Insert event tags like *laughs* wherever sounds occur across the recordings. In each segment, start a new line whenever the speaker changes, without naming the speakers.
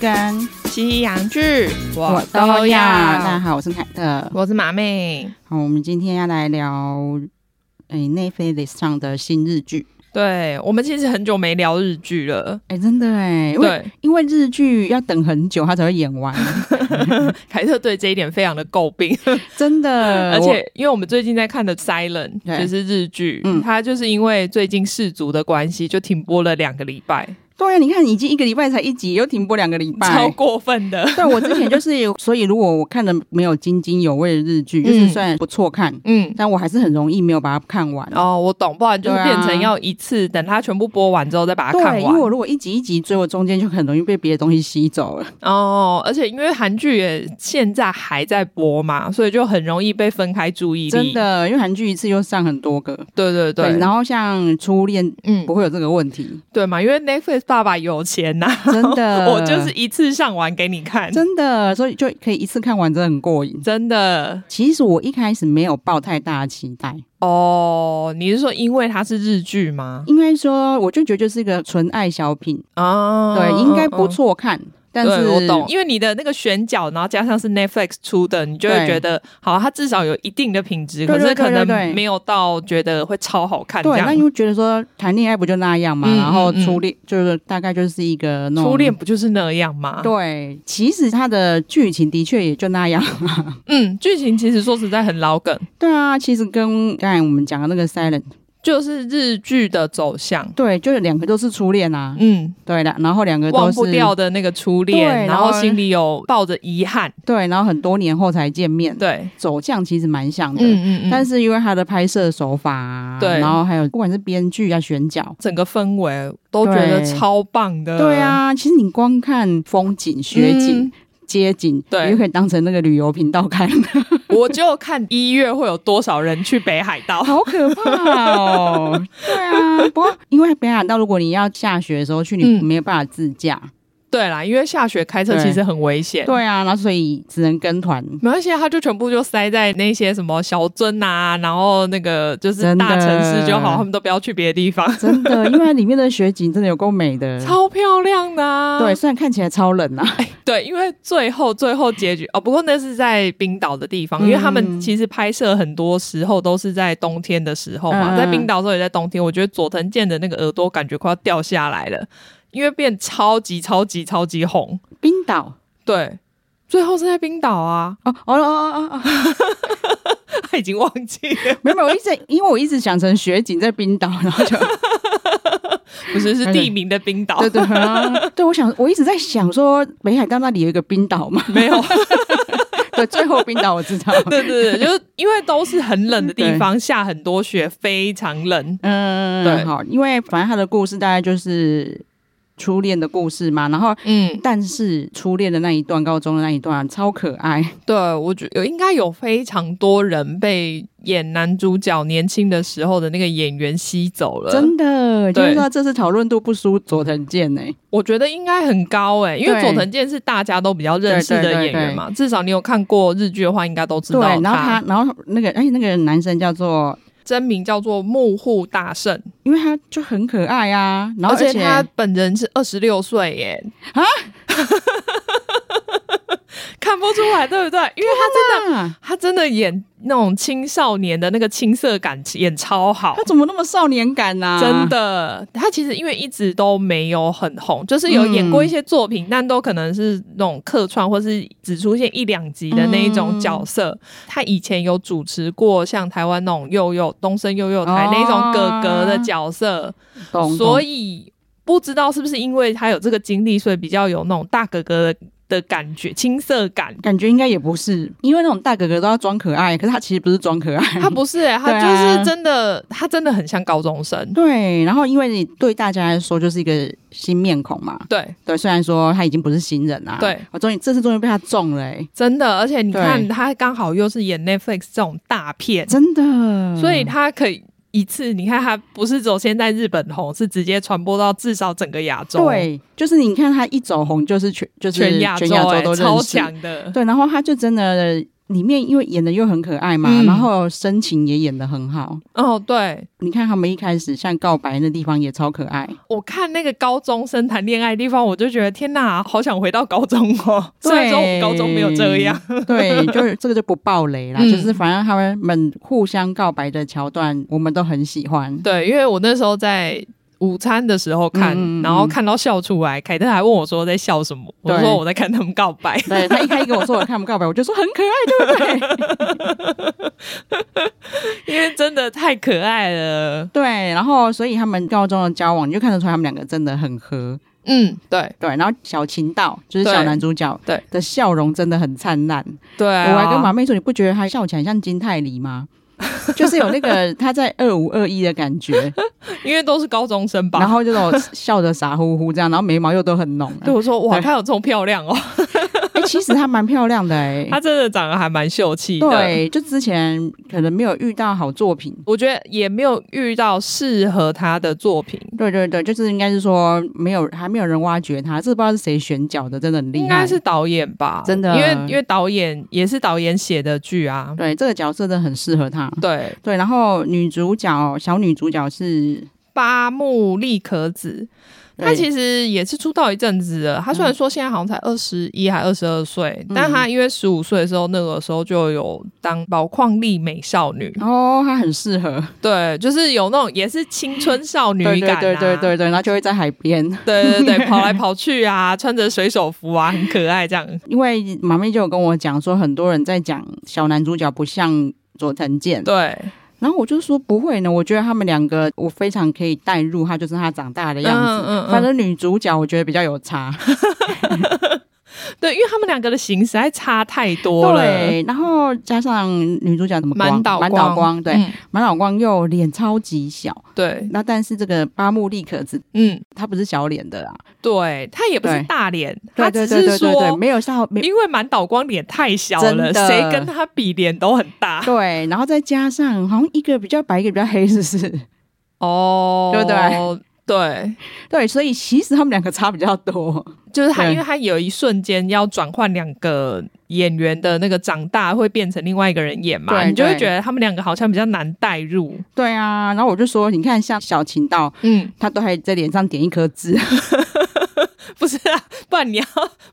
跟
西洋剧
我都要。大家好，我是凯特。
我是马妹。
好，我们今天要来聊，诶 n e t f l i 上的新日剧。
对我们其实很久没聊日剧了，
哎、真的哎，因为
对，
因为日剧要等很久，它才会演
*laughs*
完，
凯特对这一点非常的诟
*laughs*
病，
真的。
而且因为我们最近在看的《Silent
对》
就是日剧，
嗯
它就是因为最近氏族的关系就停播了两个礼拜，
我，对啊，你看已经一个礼拜才一集，又停播两个礼
超
拜。
过分的。
*laughs* 对，我之前就是，所以如果我看的没有津津有味的日剧，就是
嗯
虽然不错看，
嗯，
但我还是很容易没有把它看完。
哦，我懂，不然就是
对啊
变成要一次等它全部播完之后再把它看
对，因为
完
我。如果一集一集追，我中间就很容易被别的东西吸走了。
哦，而且因为韩剧也现在还在播嘛，所以就很容易被分开注意力。
真，的，因为韩剧一次又上很多个。
对对
对，
对，
然后像初恋
嗯
不，会有这个问
*laughs*
题，
对嘛，因为 Netflix 爸爸有钱呐、
真的，
*laughs* 我就是一次上完给你看，
真的，所以就可以一次看完，真的很过瘾。
真的
其实我一开始没有抱太大的期待，
哦。你是说因为它是日剧吗？
应该说我就觉得就是一个纯爱小品，
啊，
对，应该不
嗯。嗯
错看，但
对
是
我懂，。因为你的那个选角，然后加上是 Netflix 出的，你就会
对
觉得好，它至少有一定的品
对
质，可
对
是可
对对对
能没有到觉得会超好看这
对，那
样。
又觉得说谈恋爱不就那样嘛，
嗯
然后
嗯嗯
初恋就是大概就是一个那种
初恋，不就是那样吗？，
对，其实它的剧情的确也就那样。 *laughs*
嗯，剧情其实说实在很老梗，
对啊，其实跟刚才我们讲的那个 Silent，
就是日剧的走向，
对，就是两个都是初恋啊，
嗯，
对的，然后两个都
忘不
是
掉的那个初
对
恋，然后
然后
心里有抱着遗憾，
对，然后很多年后才见面，
对，
走向其实蛮像的。
嗯嗯嗯，
但是因为他的拍摄手法、啊，
对
然后还有不管是编剧啊、选角，
整个氛围都觉得超棒的，
对，啊，其实你光看风景、雪景、
嗯
街景，
对
你就可以当成那个旅游频道看，。
*laughs* 我就看一月会有多少人去北海道
好可怕哦！对啊，不过因为北海道，如果你要下雪的时候去，你
嗯
没有办法自驾，
对啦，因为下雪开车
对
其实很危险。。
对啊，然后所以只能跟团。
没关系啊，他就全部就塞在那些什么小樽啊，然后那个就是
真的
大城市就好，他们都不要去别的地方，
真的，因为它里面的雪景真的有够美的，
超漂亮的、啊。
对，虽然看起来超冷
*laughs*
啊，
对，因为最后最后结局哦，不过那是在冰岛的地方，因为他
嗯
们其实拍摄很多时候都是在冬天的时候
嗯
嘛，在冰岛的时候也在冬天。我觉得佐藤健的那个耳朵感觉快要掉下来了，因为变超级超级超级红。
冰岛。
对，最后是在冰岛啊， *laughs*
哦哦哦哦哦，
他已经忘记了，
没有没有，我一直因为我一直想成雪景在冰岛，然后就
不是是地名的冰岛
对，对啊，对，我想我一直在想说北海道那里有一个冰岛嘛，
没有。
对，最后冰岛我知
*laughs*
道，*laughs*
对对对，就是因为都是很冷的地方，下很多雪，非常冷。
嗯，
对
好，因为反正他的故事大概就是初恋的故事嘛，然后
嗯，
但是初恋的那一段，高中的那一段超可爱，
对，我觉得应该有非常多人被演男主角年轻的时候的那个演员吸走了。
真的，就
对
是说这次讨论度不输佐藤健呢、
我觉得应该很高哎、因为
对
佐藤健是大家都比较认识
对对
的
对
演员嘛，至少你有看过日剧的话，应该都知
对，
道
然后他，然后那个哎，那个男生叫做，
真名叫做木户大圣，
因为他就很可爱啊，然后
而
而
且他本人是二十六岁耶
啊，
看不出来对不对？因为他
他
他真的演那种青少年的那个青涩感演超好
他，怎么那么少年感啊呢、
真的，他其实因为一直都没有很红，就是
嗯
有演过一些作品，但都可能是那种客串或是只出现一两集的那一种角色。他以前有主持过像台湾那种幼幼东升幼幼台、
哦
那种哥哥的角色，
嗯懂，
所
以
以不知道是不是因为他有这个经历，所以比较有那种大哥哥的的感觉、青涩感。
感觉应该也不是，因为那种大哥哥都要装可爱，可是他其实不是装可爱。
他不是、欸，他
对啊
就是真的，他真的很像高中生。
*laughs* 对，然后因为你对大家来说就是一个新面孔嘛，
对，
对，虽然说他已经不是新人啦，
对，
我终于这次终于被他中了、欸，
真的，而且你
对
看他刚好又是演 Netflix 这种大片，
真的，
所以他可以一次，你看他不是走先在日本红，是直接传播到至少整个亚洲，，
对，就是你看他一走红，就是全就是
全亚
全
洲、
洲
哎，
都认识，
超强的，
对，然后他就真的里面因为演的又很可爱嘛，
嗯
然后深情也演的很好。
哦，对，
你看他们一开始像告白那地方也超可爱，
我看那个高中生谈恋爱的地方，我就觉得天哪，好想回到高中
*laughs*
哦。虽然说我高中没有这样， *laughs*
对，就是这个就不爆雷啦，
嗯
就是反正他们互相告白的桥段，我们都很喜欢。
对，因为我那时候在午餐的时候看，
嗯嗯嗯
然后看到笑出来，凯特还问我说在笑什么，我
对
说我在看他们告白。
对他一开始跟我说我看不告白，我就说很可爱，对不对？
*laughs* 因为真的太可爱了。
对，然后所以他们高中的交往，你就看得出来他们两个真的很合。
嗯，对
对，然后小情道就是
对
小男主角
对
的笑容真的很灿烂。
对啊、
我还跟马妹说，你不觉得他笑起来像金泰梨吗？就是有那个他在二五二一的感
*laughs*
觉，
因为都是高中生
然
吧。
后这种笑得傻乎乎这样，然后眉毛又都很浓、
对，我说哇，
对
她有这么漂亮哦，
哎、其实她蛮漂亮的哎、
她真的长得还蛮秀气的。，
对，就之前可能没有遇到好作品。
我觉得也没有遇到适合她的作品，
对对对，就是应该是说没有，还没有人挖掘她，这不知道是谁选角的，真的很厉害。
应该是导演吧，
真的
因为因为导演也是导演写的剧啊，
对这个角色真的很适合她。
对，
对，然后女主角小女主角是，
八木利可子，她
对
其实也是出道一阵子了。她虽然说现在好像才二十一还二十二岁，
嗯
但她因为十五岁的时候，那个时候就有当宝矿力美少女，
哦，她很适合，
对，就是有那种也是青春少女
对
感、
对
啊，
对对对对，然后就会在海边。
对对对，跑来跑去啊，穿着水手服啊，很可爱这样。
因为妈咪就有跟我讲说，很多人在讲小男主角不像佐藤健，
对，
然后我就说不会呢，我觉得他们两个我非常可以带入，他就是他长大的样子。
嗯嗯嗯
反正女主角我觉得比较有差，
对，因为他们两个的型实在差太多了。
对，然后加上女主角怎么光
满岛
满
光
岛光，对，
嗯
满岛光又脸超级小，
对，
那但是这个八木利可子
嗯，
她不是小脸的啦，
对，她也不是
对
大脸，
对
她
对
只
对
是
对对对，
说。
没有像没
因为满岛光脸太小了，
真的
谁跟她比脸都很大
*laughs* 对，然后再加上好像一个比较白，一个比较黑，是不是？ *laughs*
哦
对不
对
对？
对，
对，所以其实他们两个差比较多。
就是她，
对
因为她有一瞬间要转换两个演员的那个长大，会变成另外一个人演嘛，
对
你就会
对
觉得他们两个好像比较难带入。
对啊，然后我就说，你看像小情道，
嗯，
他都还在脸上点一颗痣，
不是啊，不然你要，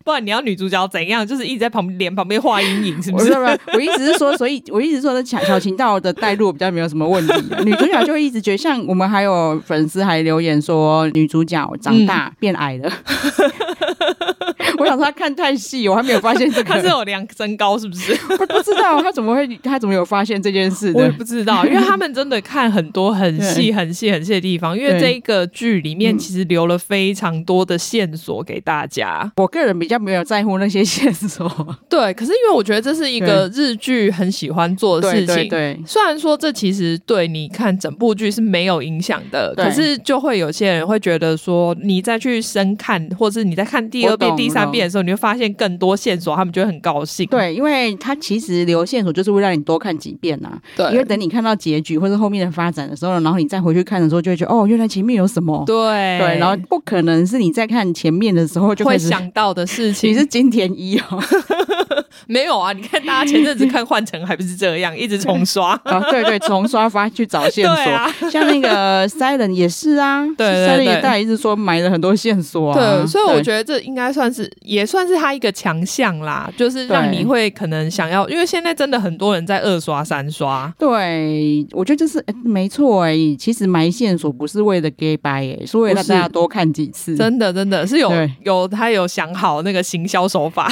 不然你要女主角怎样？就是一直在旁边脸旁边画阴 *laughs* 影，是不
我
是？
说不，我一直是说，所以我一直说的小小情道的带入比较没有什么问题、啊。女主角就一直觉得，像我们还有粉丝还留言说，女主角长
嗯
大、变矮了。 *laughs* 我想说她看太细，我还没有发现这个，
她是有量身高，是不是？
不不知道她怎么会，她怎么有发现这件事
我也
的？
不知道，因为他们真的看很多很细、很细、很细的地方。因为
对
这个剧里面其实留了非常多的线索给大家。
我个人比较没有在乎那些线
*laughs*
索，
对，可是因为我觉得这是一个日剧很喜欢做的事
对对
情。
对，
虽然说这其实对你看整部剧是没有影响的，
对
可是就会有些人会觉得说，你再去深看，或是你在看第二
我
遍、
懂
第三遍
我
的时候，你会发现更多线索，他们就会很高兴。
对，因为它其实留线索就是会让你多看几遍呐、
对，
因为等你看到结局或者后面的发展的时候，然后你再回去看的时候，就会觉得哦，原来前面有什么。
对哎
对，然后不可能是你在看前面的时候就
会
开始
想到的事
*laughs*
情
你是金田一哦，。
没有啊，你看大家前阵子看《幻城》还不是这样，一直重刷
*laughs* 啊， *laughs* 对对，从刷发去找线
对
索，
啊
*laughs* 像那个 Silent 也是啊，
对对
Silent
对
也带一直说埋了很多线索啊，
对，所以我
得
觉得这应该算是也算是他一个强项啦，就是让
对
你会可能想要，因为现在真的很多人在二刷三刷，
对，我觉得这是、呃没错哎、其实埋线索不是为了 gay bye 哎、是为了
不
大
是
家多看几次，
真的真的是有
对
有他有想好那个行销
*laughs*
手法，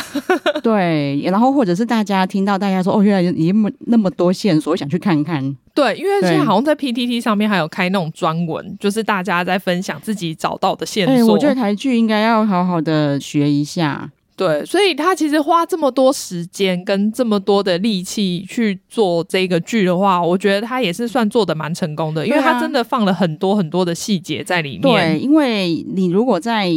对，然后或者是大家听到大家说哦，原来已经那么多线索，我想去看看。
对，因为
对
现在好像在 PTT 上面还有开那种专文，就是大家在分享自己找到的线
哎、
索，
我觉得台剧应该要好好的学一下。
对，所以他其实花这么多时间跟这么多的力气去做这个剧的话，我觉得他也是算做的蛮成功的，因为
对啊
他真的放了很多很多的细节在里
对，
面。
因为你如果在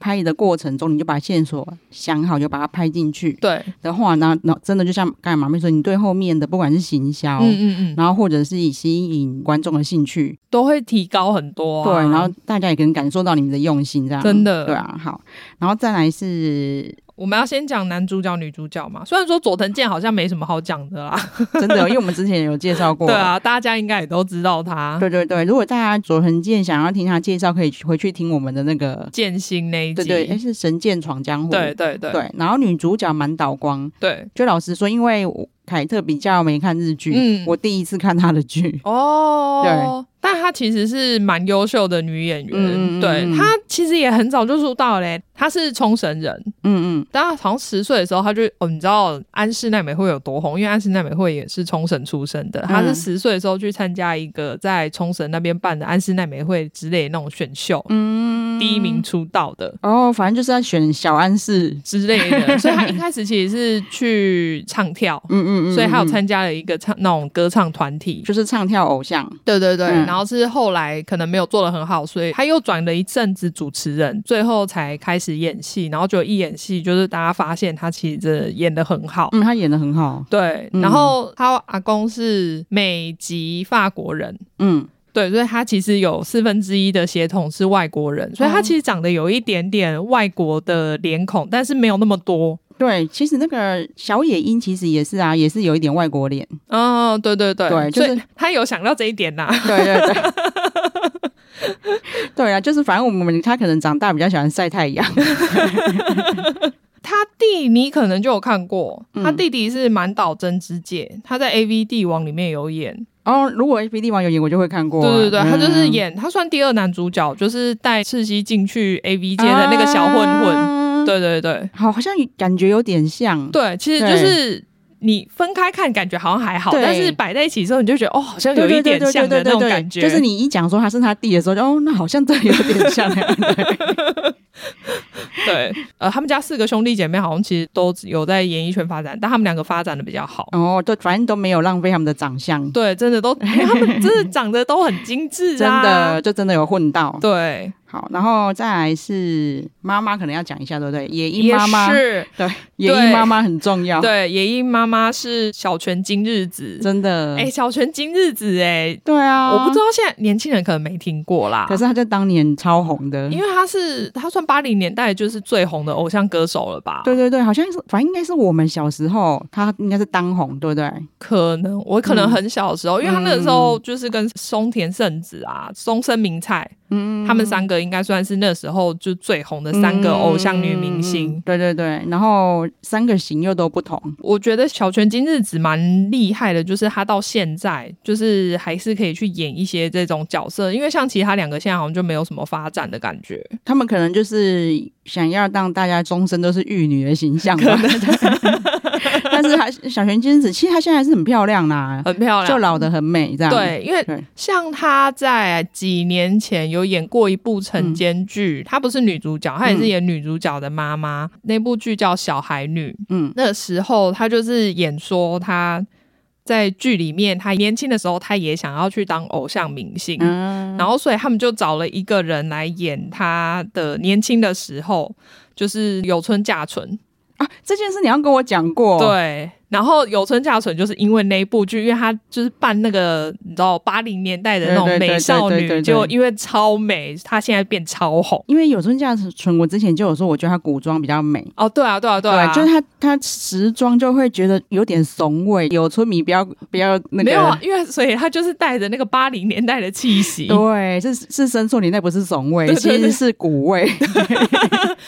拍的过程中，你就把线索想好，就把它拍进去
对，
的话，那那真的就像刚才马妹说，你对后面的不管是行销。
嗯嗯嗯，
然后或者是以吸引观众的兴趣，
都会提高很多、啊
对，然后大家也可以感受到你们的用心，这样
真的
对啊，好，然后再来是 *laughs*
我们要先讲男主角、女主角嘛。虽然说佐藤健好像没什么好讲的啦，
真的，因为我们之前有介绍过。
对啊，大家应该也都知道他
对对对，如果大家佐藤健想要听他介绍，可以回去听我们的那个，
剑心那一集。
对对，诶是《神剑闯江湖》
对对对
对然后女主角满岛光，
对
就老实说，因为我凯特比较没看日剧，
嗯
我第一次看她的剧，
哦，对，但她其实是蛮优秀的女演员，
嗯嗯嗯
对
嗯
她其实也很早就出道嘞，她是冲绳人，
嗯嗯，
但她好像十岁的时候，她就哦，你知道安室奈美惠有多红，因为安室奈美惠也是冲绳出身的，
嗯
她是十岁的时候去参加一个在冲绳那边办的安室奈美惠之类的那种选秀，嗯，第一名出道的。
哦，反正就是要选小安室，
之类的，所以她一开始其实是去唱跳，
嗯嗯嗯，
所以她有
嗯
参加了一个唱那种歌唱团体，
就是唱跳偶像，
对对对，
嗯
然后是后来可能没有做的很好，所以他又转了一阵子主持人，最后才开始演戏，然后就一演戏就是大家发现他其实真的演的很好。
嗯，她演的很好，
对，
嗯
然后他阿公是美籍法国人，
嗯，
对，所以他其实有四分之一的血统是外国人，所以他
哦
其实长得有一点点外国的脸孔，但是没有那么多。
对，其实那个小野樱其实也是啊，也是有一点外国脸，
嗯，对对对，
对就是
所以他有想到这一点呐、
对对对。 *laughs* 对啊，就是反正我们他可能长大比较喜欢晒太阳，
他弟你可能就有看过，
嗯
他弟弟是满岛真之介，他在 A V 帝王里面有演，
哦，如果 A P D 网友演，我就会看过啊、
对对对，他就是
嗯
演他算第二男主角，就是带赤西进去 A V 界的那个小混混，
啊
对对对
好，好像感觉有点像。
对，其实
对
就是。你分开看感觉好像还好，
对
但是摆在一起之后，你就觉得哦，好像有
对对
一点
对对
像
对
的
对
那
对
种
对，
感觉。
就是你一讲说他是他弟的时候，就哦，那好像真的有点像。欸
*laughs*
对
对，呃，他们家四个兄弟姐妹好像其实都有在演艺圈发展，但他们两个发展的比较好。
哦，都反正都没有浪费他们的长相，
对，真的都，因为他们真的长得都很精致
真
啊，
的。就真的有混到。
对，
好，然后再来是妈妈，可能要讲一下，对不对？野樱妈妈
也，是
对，野樱妈妈很重要，
对野樱妈妈是小泉今日子，
真的。
哎、小泉今日子、哎、
对啊，
我不知道现在年轻人可能没听过啦
可。是他在当年超红的，
因为她是她算八零年代就是最红的偶像歌手了吧？，
对对对，好像是，反正应该是我们小时候，他应该是当红，对不对？
可能我可
嗯
能很小的时候，因为她那个时候就是跟松田圣子啊、松森明菜，嗯，他们三个应该算是那时候就最红的三个偶像女明星。
嗯对对对，然后三个型又都不同，
我觉得小泉今日子蛮厉害的，就是她到现在就是还是可以去演一些这种角色，因为像其他两个现在好像就没有什么发展的感觉。
他们可能就是想要让大家终身都是玉女的形象吧。 *laughs* 但是还是小泉今子，其实她现在还是很漂亮啦，
很漂
就
亮。啊
老的很美这样。
对，因为
对
像她在几年前有演过一部晨间剧，
嗯
她不是女主角，她也是演女主角的妈妈。那部剧叫《小孩女》，
嗯
那时候她就是演说她在剧里面，她年轻的时候，她也想要去当偶像明星，
嗯，
然后所以他们就找了一个人来演她的年轻的时候，就是有村架纯，
啊，这件事你要跟我讲过。，
对，然后有村架纯就是因为那一部剧，因为她就是扮那个你知道八零年代的那种
对对对
美
对
少
对对对
女，就因为超美，她现在变超红。
因为有村架纯，我之前就有说，我觉得她古装比较美。
哦，对啊，对啊，对啊，
就是她她时装就会觉得有点怂味。有村迷不要不要那个，
没有啊，因为所以她就是带着那个八零年代
*laughs*
的气息。
对，是是深受年代不是怂味，
对对对
其实是古
*laughs*
味，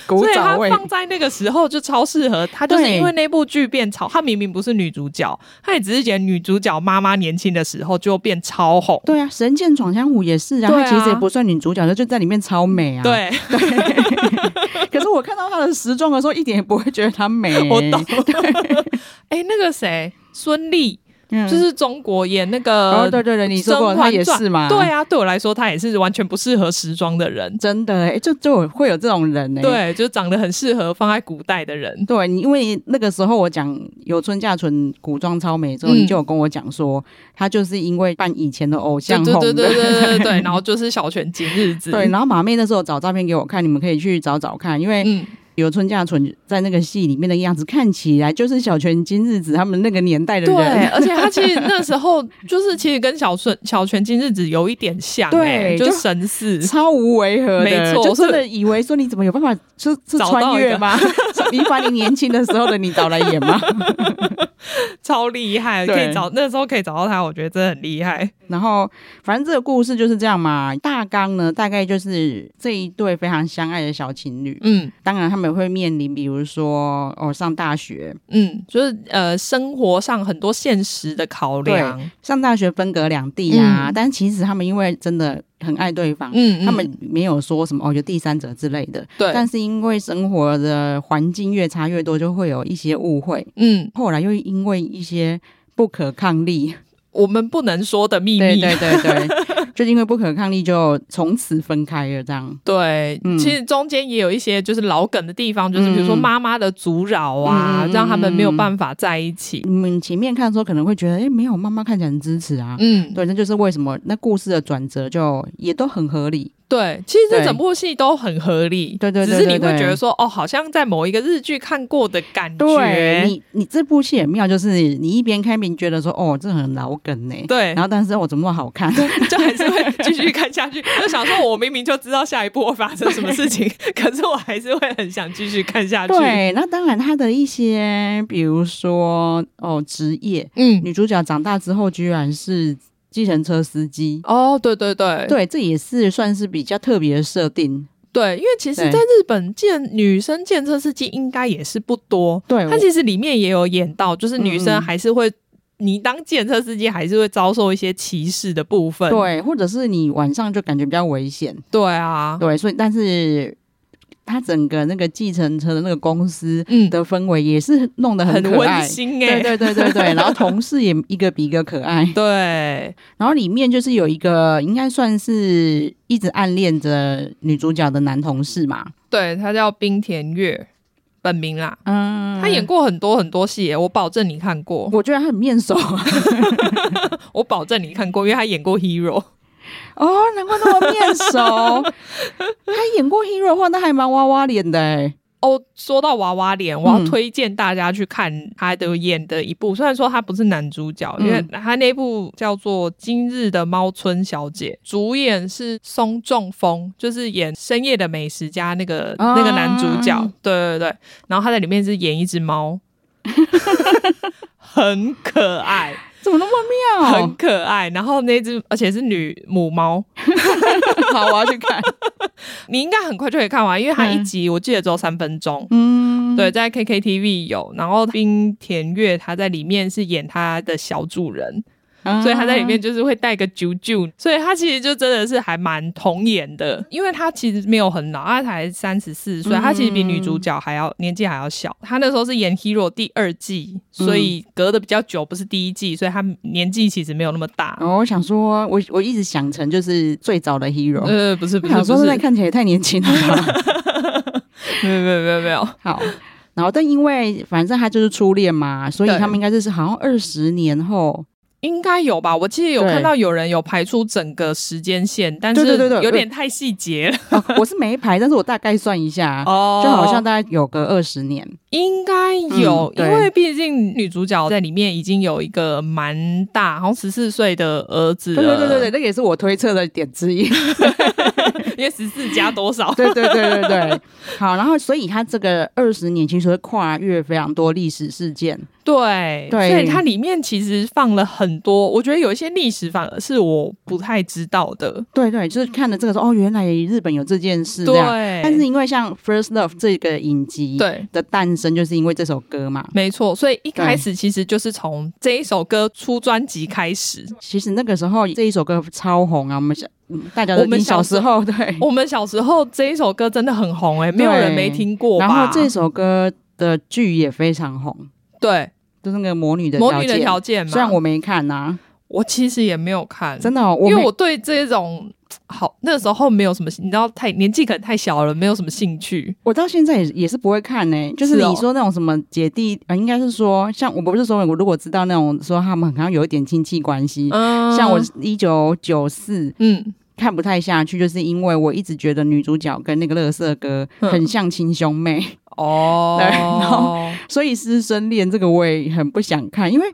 古
所以她
早味。
放在那个时候就超适合她，就是
对
因为那部剧变超，她明明不是女主角，她也只是演女主角妈妈年轻的时候就变超红。
对啊，《神剑闯江湖》也是啊，
对
她
啊
其实也不算女主角，她就在里面超美啊。，
对，
可是我看到她的时装的时候，一点也不会觉得她美、
*laughs* 我懂。哎、那个谁，孙俪
嗯，
就是中国演那个、
哦，对对对，你说过
甄嬛
她也
传
是嘛？
对，啊，对我来说，他也是完全不适合时装的人。
真的、欸，就就有会有这种人呢、欸。
对，就长得很适合放在古代的人。
对，你因为那个时候我讲有村架纯古装超美之后，
嗯
你就有跟我讲说，她就是因为扮以前的偶
对
像红的。
对对对对对对，然后就是小泉今日子。
对，然后马妹那时候找照片给我看，你们可以去找找看，因为
嗯，
有村架纯在那个戏里面的样子，看起来就是小泉今日子他们那个年代的
对，
人。
而且他其实那时候就是其实跟小顺小泉今日子有一点像、
对
欸，就
就是
神似，
*laughs* 超无违和的，
没错
就真的以为说你怎么有办法是是
找到
穿
一个
越吗？ *laughs* 你把你年轻的时候的你找来演吗？ *laughs*
超厉害，可以
对
找那时候可以找到他，我觉得真的很厉害。
然后，反正这个故事就是这样嘛。大纲呢，大概就是这一对非常相爱的小情侣，
嗯
当然他们会面临，比如说哦，上大学，
嗯，就是呃，生活上很多现实的考量，
上大学分隔两地啊。
嗯
但其实他们因为真的很爱对方，
嗯，嗯
他们没有说什么哦有第三者之类的，
对，
但是因为生活的环境越差越多，就会有一些误会。
嗯，
后来又因为一些不可抗力，
我们不能说 *laughs* 的秘密，
对对对对， *laughs* 就因为不可抗力就从此分开了这样。
对，
嗯
其实中间也有一些就是老梗的地方，就是比如说
嗯
妈妈的阻扰啊，
嗯嗯嗯
让他们没有办法在一起。
你们前面看的时候可能会觉得，哎、没有，妈妈看起来很支持啊。
嗯，
对，那就是为什么那故事的转折就也都很合理。
对，其实这
对
整部戏都很合理，
对对对
只是你
对
会
对
觉得说，哦，好像在某一个日剧看过的感
对
觉，
你，你这部戏很妙，就是你一边看一边觉得说，哦，这很老梗呢、
对
然，后但是我怎么那么好看？ *laughs*
*laughs* 就还是会继续看下去。就想说，我明明就知道下一步会发生什么事情，可是我还是会很想继续看下去。，
对，那当然，他的一些，比如说哦，职业，
嗯，
女主角长大之后居然是计程车司机，
哦，对对对
对，这也是算是比较特别的设定。
对，因为其实，
对
在日本见女生见车司机应该也是不多。
对，
他其实里面也有演到，就是女
哎嗯
生
嗯
还是会，你当见车司机还是会遭受一些歧视的部分。
对，或者是你晚上就感觉比较危险。
对啊，
对，所以但是他整个那个计程车的那个公司
嗯，
的氛围也是弄得
很
可
温
爱。
馨哎、
对对对对对，然后同事也一个比一个可爱，
对
然后里面就是有一个应该算是一直暗恋着女主角的男同事嘛，
对，他叫冰田月，本名啦。
嗯，
他演过很多很多戏耶，欸我保证你看过，
我觉得他很面熟
*laughs*
哦，
我保证你看过，因为他演过 Hero。
哦难怪那么面熟。 *laughs* 他演过 Hero 的话，那还蛮娃娃脸的哎、
哦，说到娃娃脸，我要
嗯
推荐大家去看他的演的一部，虽然说他不是男主角，因为他那部叫做《今日的猫村小姐》，主演是松重丰，就是演《深夜的美食家》那个、
啊
那个男主角，对对对，然后他在里面是演一只猫，很可爱，
怎么那么
*laughs* 很
妙？
可爱，然后那只而且是女母猫，
好，我要去看。
你应该很快就可以看完，因为它一
嗯
集我记得只有三分钟。
*laughs* 嗯，
对，在 KKTV 有，然后冰田月她在里面是演她的小主人，
嗯，
所以她在里面就是会带个啾啾，所以她其实就真的是还蛮童颜的，因为她其实没有很老，她才三十四岁，她其实比女
嗯
主角还要年纪还要小。她那时候是演 Hero 第二季，所以
嗯
隔的比较久，不是第一季，所以她年纪其实没有那么大。
然后我想说，我我一直想成就是最早的 hero，、
呃，不是
我
不是
想
不
说
是，
现
没
在看起来也太年轻了吧。
有没有没有没有，
*laughs* 好，然后但因为反正他就是初恋嘛，所以
对
他们应该就是好像二十年
*laughs*
后，
应该有吧？我记得有
对
看到有人有排出整个时间线，但是
对对对对
有点太细节了。
哦、我是没排，但是我大概算一下，
哦
啊就好像大概有个二十年。
应该有，
嗯对
因为毕竟女主角在里面已经有一个蛮大，好像十四岁的儿子
对对对对对，
对
那个也是我推测的点之
*laughs*
一。
对，因为十四加多少？
对对对对对，好，然后所以他这个二十年其实会跨越非常多历史事件。
对，
对
所以它里面其实放了很多，我觉得有一些历史反而是我不太知道的。
对对，就是看了这个说，哦，原来日本有这件事这
对
样。，但是因为像《First Love》这个影集，
对。
的诞生就是因为这首歌嘛。
没错，所以一开始其实就是从这一首歌出专辑开始，
其实那个时候这一首歌超红啊，我们小嗯大家都
我们
你小时候对，
我们小时候这一首歌真的很红哎、没有人没听过吧？
然后这首歌的剧也非常红，
对
就是那个魔女的
《魔女
条
的
件
条件》嘛，
虽然我没看呐、
我其实也没有看，
真的哦、我
因为
没
我对这种好那时候没有什么兴，你知道太年纪可能太小了，没有什么兴趣。
我到现在也也是不会看呢、就是
是哦
你说那种什么姐弟，呃、应该是说像我不是说我如果知道那种说他们好像有一点亲戚关系，
嗯
像我一九九四
嗯，
看不太下去，就是因为我一直觉得女主角跟那个乐色哥
嗯
很像亲兄妹。 *laughs*
哦，
对然后所以师生恋这个我也很不想看，因为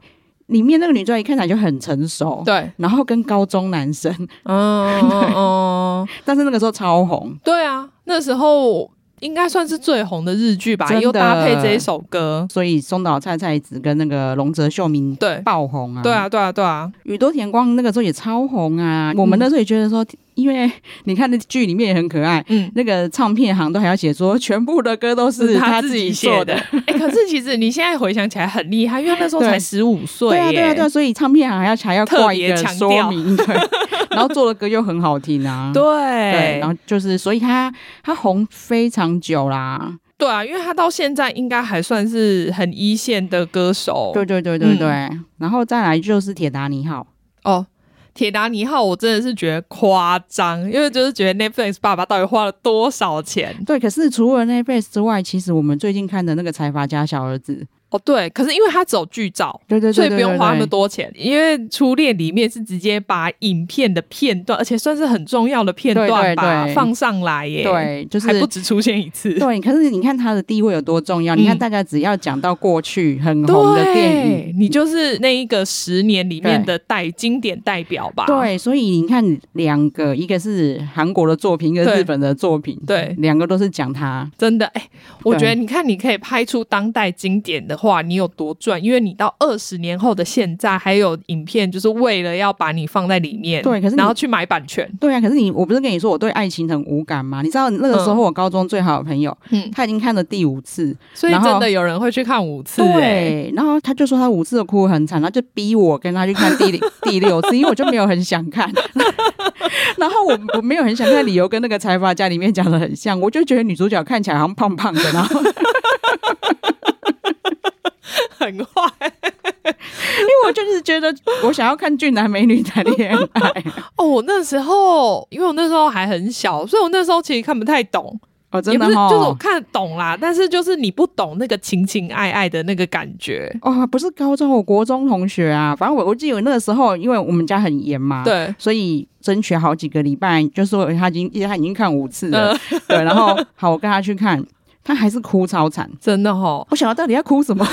里面那个女主角一看起来就很成熟，，
*laughs* 对，
然后跟高中男生， *laughs*
嗯嗯嗯，
但是那个时候超红，
对啊，那时候应该算是最红的日剧吧
真，的
又搭配这一首歌，
所以松岛菜菜子跟那个龙泽秀明
对。
爆红啊，
对，啊，对嗯啊，对啊，
宇多田光那个时候也超红啊，我们那时候也觉得说，因为你看那剧里面也很可爱。
嗯，
那个唱片行都还要写说，全部的歌都是
他
自
己
做
写的。哎、可是其实你现在回想起来很厉害，因为那时候才
对
十五岁
对
耶，
啊，对啊，对啊，所以唱片行还要还要
特
挂一
别
个
强
说
调
明，对， *laughs* 然后做的歌又很好听啊，对，
*laughs* 对
然后就是，所以他他红非常久啦，
对啊，因为他到现在应该还算是很一线的歌手。
对对对
嗯
对对，然后再来就是铁达尼号，
哦，铁达尼号我真的是觉得夸张，因为就是觉得 Netflix 爸爸到底花了多少钱？
对，可是除了那 face 之外，其实我们最近看的那个财阀家小儿子，
哦，对，可是因为他走剧照。
对对对，
所以
对
不用花那么。
对对
多钱，因为《初恋》里面是直接把影片的片段，而且算是很重要的片段吧，
对对对
放上来耶，，
对，就是
还不止出现一次，
对。可是你看他的地位有多重要？
嗯
你看大家只要讲到过去很红的电影，
对你就是那一个十年里面的代经典代表吧，
对，所以你看两个，一个是韩国的作品，一个
对
日本的作品，
对
两个都是讲他。
真的，哎、我
对
觉得你看，你可以拍出当代经典的话，你有多赚？因为你到二十年后的现在，还有影片，就是为了要把你放在里面，
对可是你
然后去买版权，
对啊，可是你，我不是跟你说我对爱情很无感吗？你知道那个时候我高中最好的朋友，
嗯
他已经看了第五次，
所以
然后
真的有人会去看五次、哎， *laughs*
对，然后他就说他五次都哭得很惨，他就逼我跟他去看第
*laughs*
第六次，因为我就没有很想看。 *laughs* 然后我我没有很想看，理由跟那个财阀家里面讲的很像，我就觉得女主角看起来好像胖胖的，然后因
很坏
为我就是觉得我想要看俊男美女谈恋爱，
哦。我那时候，因为我那时候还很小，所以我那时候其实看不太懂，
哦，真
也
的
不是，
哦，
就是我看得懂啦，但是就是你不懂那个情情爱爱的那个感觉，
哦，不是高中，我国中同学啊，反正我我记得我那个时候，因为我们家很严嘛，，
对。
所以争取好几个礼拜，就说他已经他已经看五次了，
嗯
对，然后好，我跟他去看，他还是哭超惨。
真的哦，
我想到到底要哭
*laughs*
什么？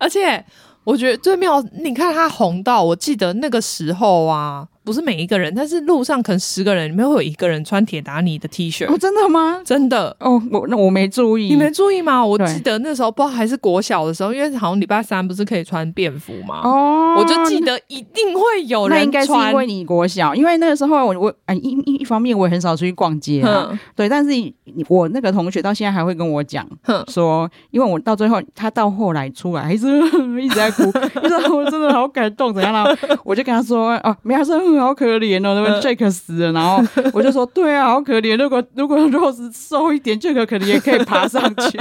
而且我觉得最妙，你看他红到，我记得那个时候啊，不是每一个人，但是路上可能十个人里面会有一个人穿铁达尼的 T 恤，
哦，真的吗？
真的。
哦，我那我没注意，
你没注意吗？我
对
记得那时候不知道还是国小的时候，因为好像礼拜三不是可以穿便服吗？
哦，
我就记得一定会有
那应
人
该是因
穿。
为你国小，因为那个时候我我哎一一一方面我也很少出去逛街、啊，
哼
对，但是你我那个同学到现在还会跟我讲
哼
说，因为我到最后他到后来出来还是 *laughs* 一直在哭，你知道我真的好感动，怎样啦？我就跟他说哦，没有，他说嗯好可怜哦，那
嗯
个 Jack 死了，然后我就说对啊，好可怜，如果如果 Rose 瘦一点，Jack 可能也可以爬上去。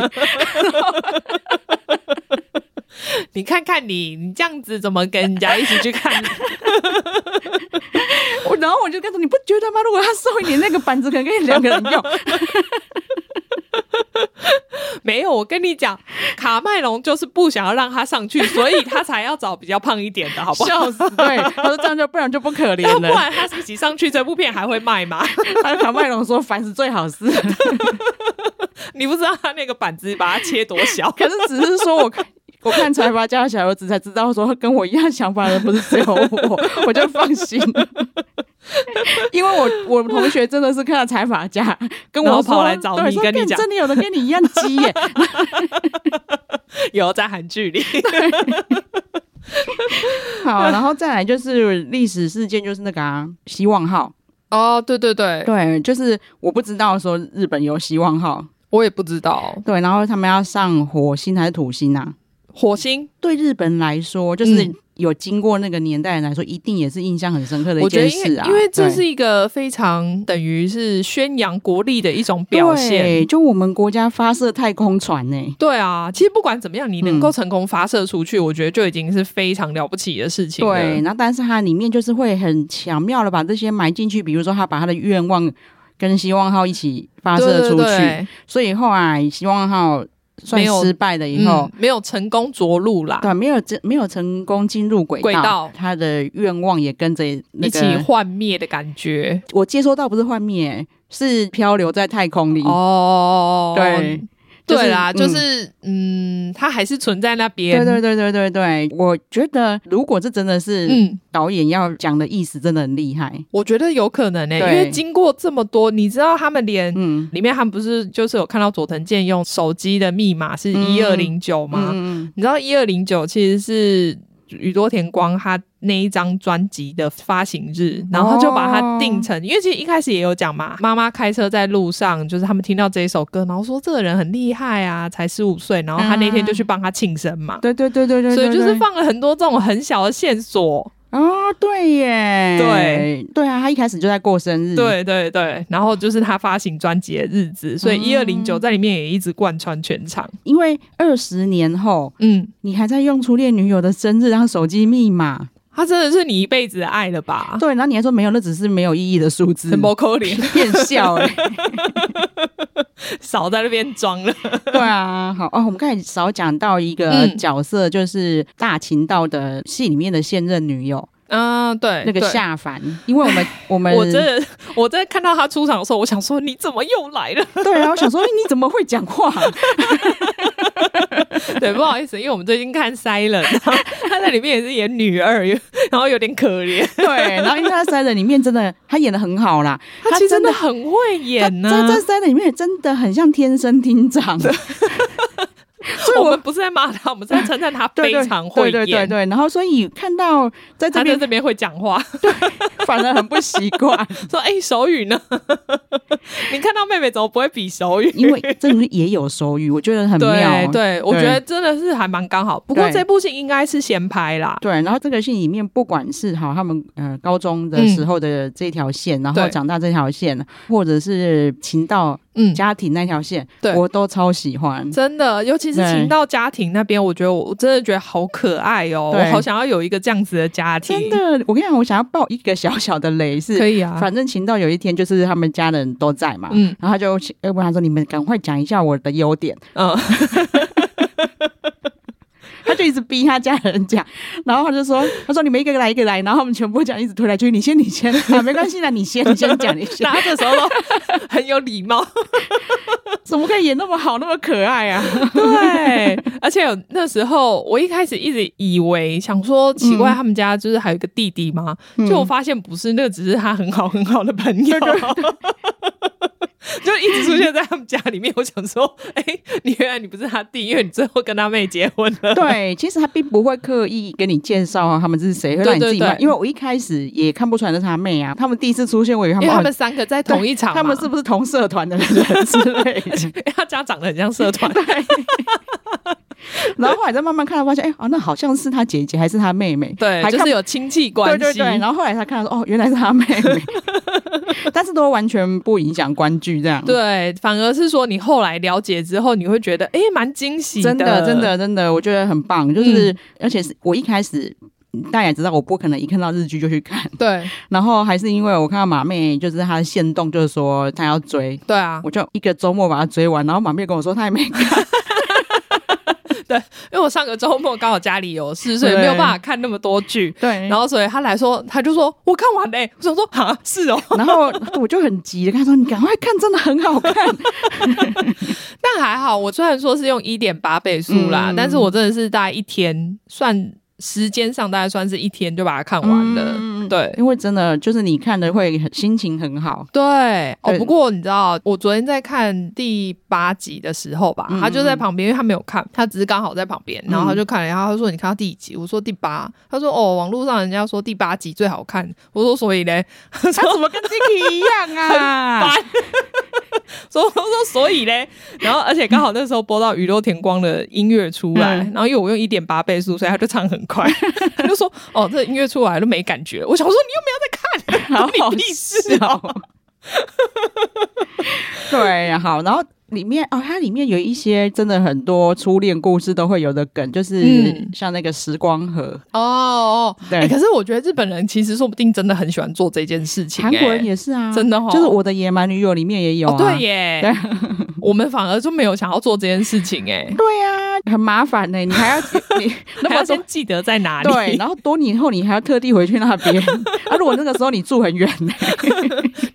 你看看你，你这样子怎么跟人家一起去看？ *laughs*
我然后我就跟他说：“你不觉得吗？如果他瘦一点，那个板子可能可以两个人
*laughs*
用。
没有，我跟你讲，卡麦隆就是不想要让他上去，所以他才要找比较胖一点的，好”不好？
笑死！对，他说这样就不然就不可
*laughs* 要
怜
不
了。
然他自己上去这部片还会卖吗？ *laughs*
他卡麦隆说：“凡是最好是。
你不知道他那个板子把它切多 *laughs* 小”，
可是只是说我看。 *laughs* 我看财阀家的小儿子才知道，说 *laughs* 跟我一样想法的人不是只有我，我就放心了。 *laughs* 因为我我同学真的是看到财阀家，跟
然
我
后
说
跑来找
对
你
说
跟你
干
讲
真的有人跟你一样鸡 *laughs* 耶，
有在韩剧里。 *laughs*
好，然后再来就是历史事件，就是那个啊，希望号。
哦，对对对，
对，就是我不知道说日本有希望号，
我也不知道
对，然后他们要上火星还是土星啊？
火星，
对日本来说，就是
嗯
有经过那个年代来说，一定也是印象很深刻的一
我觉得
件
因为
事啊。
因为这
对
是一个非常等于是宣扬国力的一种表现。
对就我们国家发射太空船呢、
对啊，其实不管怎么样，你
嗯
能够成功发射出去，我觉得就已经是非常了不起的事情了。
对，然后但是它里面就是会很巧妙的把这些埋进去，比如说他把他的愿望跟希望号一起发
对，
射
对
出去，
对对
所以后来希望号算
没有
失败了以后，
嗯、没有成功着陆啦，
对，没有真没有成功进入轨道，
轨道
他的愿望也跟着、那
一
个、
起幻灭的感觉。
我接收到不是幻灭，是漂流在太空里。
哦，
对，就是
对啦，就
嗯
是嗯，它还是存在那边。
对对对对对对，我觉得如果这真的是
嗯，
导演要讲的意思，真的很厉害。
我觉得有可能呢、欸
对
因为经过这么多，你知道他们连
嗯，
里面他们不是就是有看到佐藤健用手机的密码是
嗯
一二零九吗？
嗯，
你知道一二零九其实是宇多田光他那一张专辑的发行日，
哦
然后他就把它定成，因为其实一开始也有讲嘛，妈妈开车在路上，就是他们听到这一首歌，然后说这个人很厉害啊，才十五岁，然后他那天就去帮他庆生嘛。
对对对对对，
所以
对
就是
对
放了很多这种很小的线索，
哦，对耶，
对
对啊，他一开始就在过生日，，
对对对，然后就是他发行专辑的日子，所以一二零九在里面也一直贯穿全场。
因为二十年后
嗯，
你还在用初恋女友的生日当手机密码，
他真的是你一辈子的爱了吧？
对，然后你还说没有，那只是没有意义的数字
很，不可怜，
骗笑哎、
*laughs*
*laughs*
少在那边装了。
对啊，好哦，我们刚才少讲到一个
嗯
角色，就是大秦道的戏里面的现任女友
嗯，对，
那个
对。
夏凡，因为我们我们
我真的，我在看到他出场的时候，我想说你怎么又来 *laughs* 了？
对啊，我想说哎你怎么会讲话？
对，不好意思，因为我们最近看《Silent》，他 *laughs* 在里面也是演女二，然后有点可怜。
*laughs* 对，然后因为他在《三人》里面真的他演的很好啦，
他其实真的很会演啊呢、
他在在《三人》里面真的很像天生厅 *laughs* 长。所以
我
我
们不是在骂他，我们是在称赞 *laughs* 他
对
非
对
常会演。
对对对对，然后所以看到在这
*laughs* 他在
边
这边会讲
*laughs*
话，
反而很不习 *laughs* 惯，
说：“哎、手语呢？ *laughs* 你看到妹妹怎么不会比手语？”
因为这里也有手语，我觉得很
对
妙。啊
对，我觉得真的是还蛮刚好。不过
对
这部戏应该是先拍啦，
对，然后这个戏里面，不管是好他们呃高中的时候的这条线，然后
对
长大这条线，或者是情到
嗯，
家庭那条线，
对
我都超喜欢。
真的，尤其是
对
情到家庭那边，我觉得我我真的觉得好可爱哦、
对
我好想要有一个这样子的家
真
庭。
的，我跟你讲，我想要爆一个小小的雷是，
可以啊，
反正情到有一天就是他们家人都在嘛，
嗯
然后他就呃问他说：“你们赶快讲一下我的优点。
嗯，”
他就一直逼他家人讲， *laughs* 然后他就说：“他说你们一个来一个来。”然后他们全部讲，一直推来推去，你先你先啊，没关系啦，你先你先讲，你先
大家这时候都 *laughs* 很有礼貌，
怎么可以 *laughs* 演那么好，那么可爱啊？
对。而且有那时候我一开始一直以为想说奇怪，
嗯
他们家就是还有一个弟弟吗？
嗯
就我发现不是，那只是他很好很好的朋友。 *laughs* 就一直出现在他们家里面，我想说，哎、你原来你不是他弟，因为你最后跟他妹结婚
*laughs*
了。
对，其实他并不会刻意跟你介绍啊，他们这是谁，会让你自己
对对
慢
对
因为我一开始也看不出来那是他妹啊，他们第一次出现，我以为他
*laughs* 因
们
为他
哦
们三个在同一场嘛，
他们是不是同社团的人之类 *laughs* 的？
因为他家长得很像
*laughs*
社团， *laughs*
然后后来再慢慢看，发现哎、哦，那好像是他姐姐还是他妹妹，
对，
还
就
看
是有亲戚关系。
对对对，然后后来才看到说哦，原来是他妹 *laughs* 妹，但是都完全不影响观剧这样。
对反而是说你后来了解之后，你会觉得哎，诶蛮惊喜
真
的
的真，的真的，我觉得嗯很棒，就是、而且是我一开始。大家也知道，我不可能一看到日剧就去看，
对
然后还是因为我看到马妹，就是她的线动，就是说她要追，
对啊，
我就一个周末把她追完，然后马妹跟我说她还没看，
*laughs* 因为我上个周末刚好家里有事，所以没有办法看那么多剧。
*laughs* 对，
然后所以他来说，他就说我看完嘞、我想说啊，是哦，
然后我就很急的跟她说：“你赶快看，真的很好 *laughs* 看。
*laughs* 但还好，我虽然说是用一点八倍速啦，
嗯
但是我真的是大概一天算时间上，大概算是一天就把它看完了。
嗯
对”，
因为真的就是你看的会很心情很好，
对哦，
对
不过你知道，我昨天在看第八集的时候吧，
嗯
他就在旁边，因为他没有看，他只是刚好在旁边，然后他
嗯
就看了一下，他说：“你看到第几集？”我说：“第八。”他说：“哦，网络上人家说第八集最好看。”我说：“所以嘞？”他
她
说
怎么跟 Dicky 一样 *laughs* 啊？
烦说我说 *laughs* 所以嘞，然后而且刚好那时候播到宇多田光的音乐出来，
嗯
然后因为我用一点八倍速，所以他就唱很快， *laughs* 他就说：“哦，这音乐出来都没感觉。”我想说
*laughs*
你又没有在看， *laughs* 关你屁事啊！
哦。 *laughs* 对，啊好，然后里面哦，它里面有一些真的很多初恋故事都会有的梗，就是
嗯
像那个时光盒，
哦哦，
对，
欸可是我觉得日本人其实说不定真的很喜欢做这件事情、欸，
韩国人也是啊，
真的哦
就是我的野蛮女友里面也有啊，
哦对耶， *laughs* 我们反而就没有想要做这件事情、欸，
对啊，很麻烦呢、你还要 *laughs* 你那么
还要
多
先。记得在哪里。
对， *laughs* 然后多年后你还要特地回去那
*laughs*
边，啊，如果那个时候你住很远呢、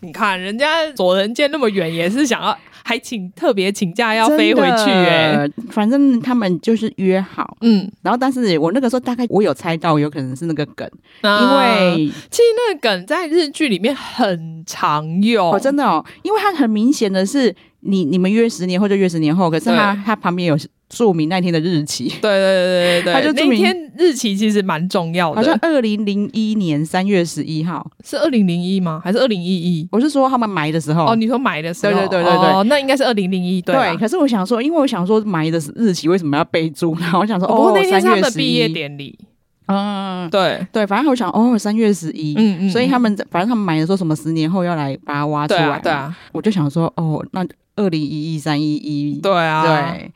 你看人家左人见那么远，也是想要还请特别请假要飞回去、欸，哎，
哎，反正他们就是约好。
嗯，
然后，但是我那个时候大概我有猜到，有可能是那个梗，
那
因为
其实那个梗在日剧里面很常用，
哦，真的哦，因为它很明显的是你你们约十年后就约十年后，可是它它旁边有注明那天的日期，
对对对对对，
他就注
那
明
天日期其实蛮重要
好像
的，
二零零一年三月十一号，
是二零零一吗？还是二零一一？
我是说他们埋的时候。
哦，你说买的时候，
对对对对对
哦，那应该是二零零一，对啊吧
对，可是我想说，因为我想说埋的日期为什么要备注？然后我想说，
不过
哦，
那天是
3
他
月
们的
11
毕业，典礼，
嗯，
对，
对，反正我想，哦，三月十一，
嗯嗯，
所以他们在反正他们埋的说什么十年后要来把它挖出
对
来
啊
嘛，
对啊
我就想说，哦，那二零一一三一一，
对啊，。
对，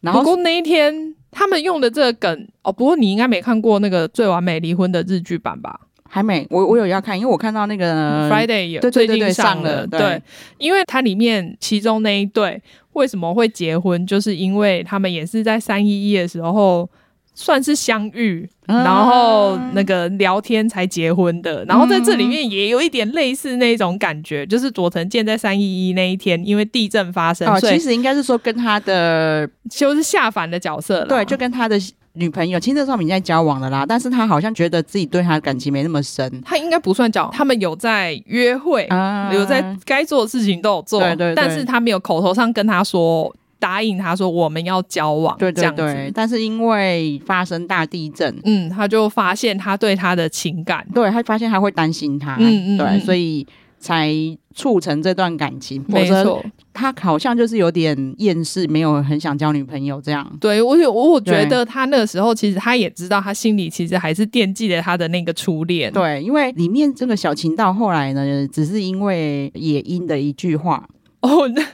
然
不
后
过那一天他们用的这个梗哦，不过你应该没看过那个《最完美离婚》的日剧版吧、
还没，我我有要看，因为我看到那个
f r i d a y 也
呃对对
最
对
近
对
上
上了
对
对
因为它里面其中那一对为什么会结婚，就是因为他们也是在三一一的时候。算是相遇，
嗯
然后那个聊天才结婚的，然后在这里面也有一点类似那种感觉，就是佐藤健在三一一那一天，因为地震发生，
哦，
所以
其实应该是说跟他的
就是下凡的角色了。
对，就跟他的女朋友，其实那时候他们已经在交往了啦，但是他好像觉得自己对他的感情没那么深
他应该不算讲，他们有在约会，
啊
有在该做的事情都有做，
对对对
但是他没有口头上跟他说答应他说我们要交往，
对
这
对
样
对
子，，
但是因为发生大地震，
嗯，他就发现他对他的情感，
对他发现他会担心他，
嗯嗯
对，
嗯
所以才促成这段感情，否
没
则
错，
他好像就是有点厌世，没有很想交女朋友这样。
对我有我我觉
对
得他那个时候其实他也知道，他心里其实还是惦记着他的那个初恋，
对，因为里面这个小情道后来呢，只是因为野樱的一句话，
*laughs* 哦。那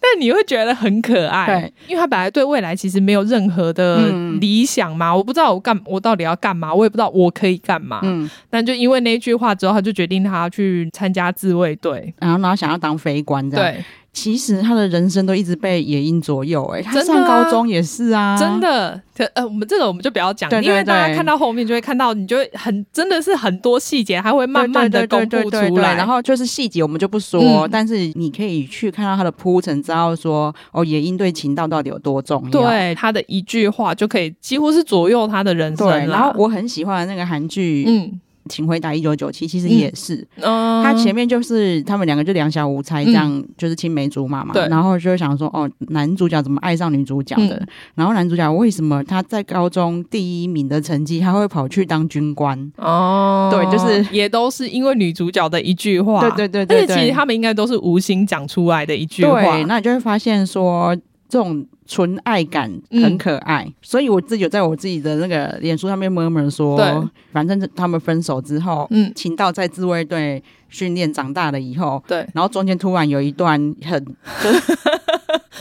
但你会觉得很可爱
对，
因为他本来对未来其实没有任何的
嗯
理想嘛，我不知道我干我到底要干嘛，我也不知道我可以干嘛，
嗯，
但就因为那句话之后，他就决定他要去参加自卫队。
然后然后想要当飞官这样。
对，
其实他的人生都一直被野樱左右、欸，哎，他
真的啊
上高中也是啊，
真。的，可呃，我们这个我们就不要讲，
对对
因为大家
对
看到后面就会看到，你就会很真的是很多细节，它会慢慢的公布
对对对对
出
对
来。
然后就是细节我们就不说，
嗯
但是你可以去看到他的铺陈，知道说哦，野樱对情道到底有多重要。
对他的一句话就可以几乎是左右他的人生啦
对，然后我很喜欢的那个韩剧《
嗯
请回答一九九七》，其实
嗯
也是，
嗯，
他前面就是他们两个就两小无猜，这样、就是青梅竹马嘛。
对
然后就想说，哦，男主角怎么爱上女主角的？
嗯
然后男主角为什么他在高中第一名的成绩，他会跑去当军官？
哦，
对就是
也都是因为女主角的一句话，
对对对对
而且其
对
实他们应该都是无心讲出来的一句话，
对，那你就会发现说这种。纯爱感很可爱，所以我自己有在我自己的那个脸书上面 murmur 说
对，
反正他们分手之后，
嗯，
秦道在自卫队训练长大了以后，
对，
然后中间突然有一段很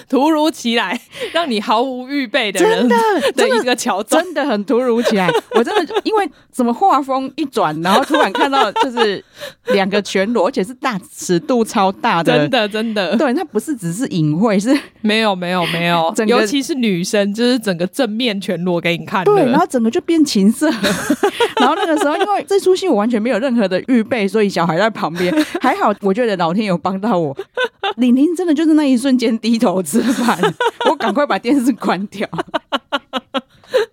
突如其来， *laughs* 让你毫无预备的
真
人
的
的
真的
一个桥段，
真的很突如 *laughs* 其来，我真的因为怎么画风一转，然后突然看到就是两个全裸，而且是大尺度超大的
真，的真的
对，它不是只是隐晦，是
没有没有没有，
整个
尤其是女生，就是整个正面全裸给你看的。
对，然后整个就变情色。 *laughs* 然后那个时候，因为这出戏我完全没有任何的预备，所以小孩在旁 *laughs* 边，还好我觉得老天有帮到我。玲玲真的就是那一瞬间低头吃 *laughs* 饭，我赶快把电视关掉。
*laughs*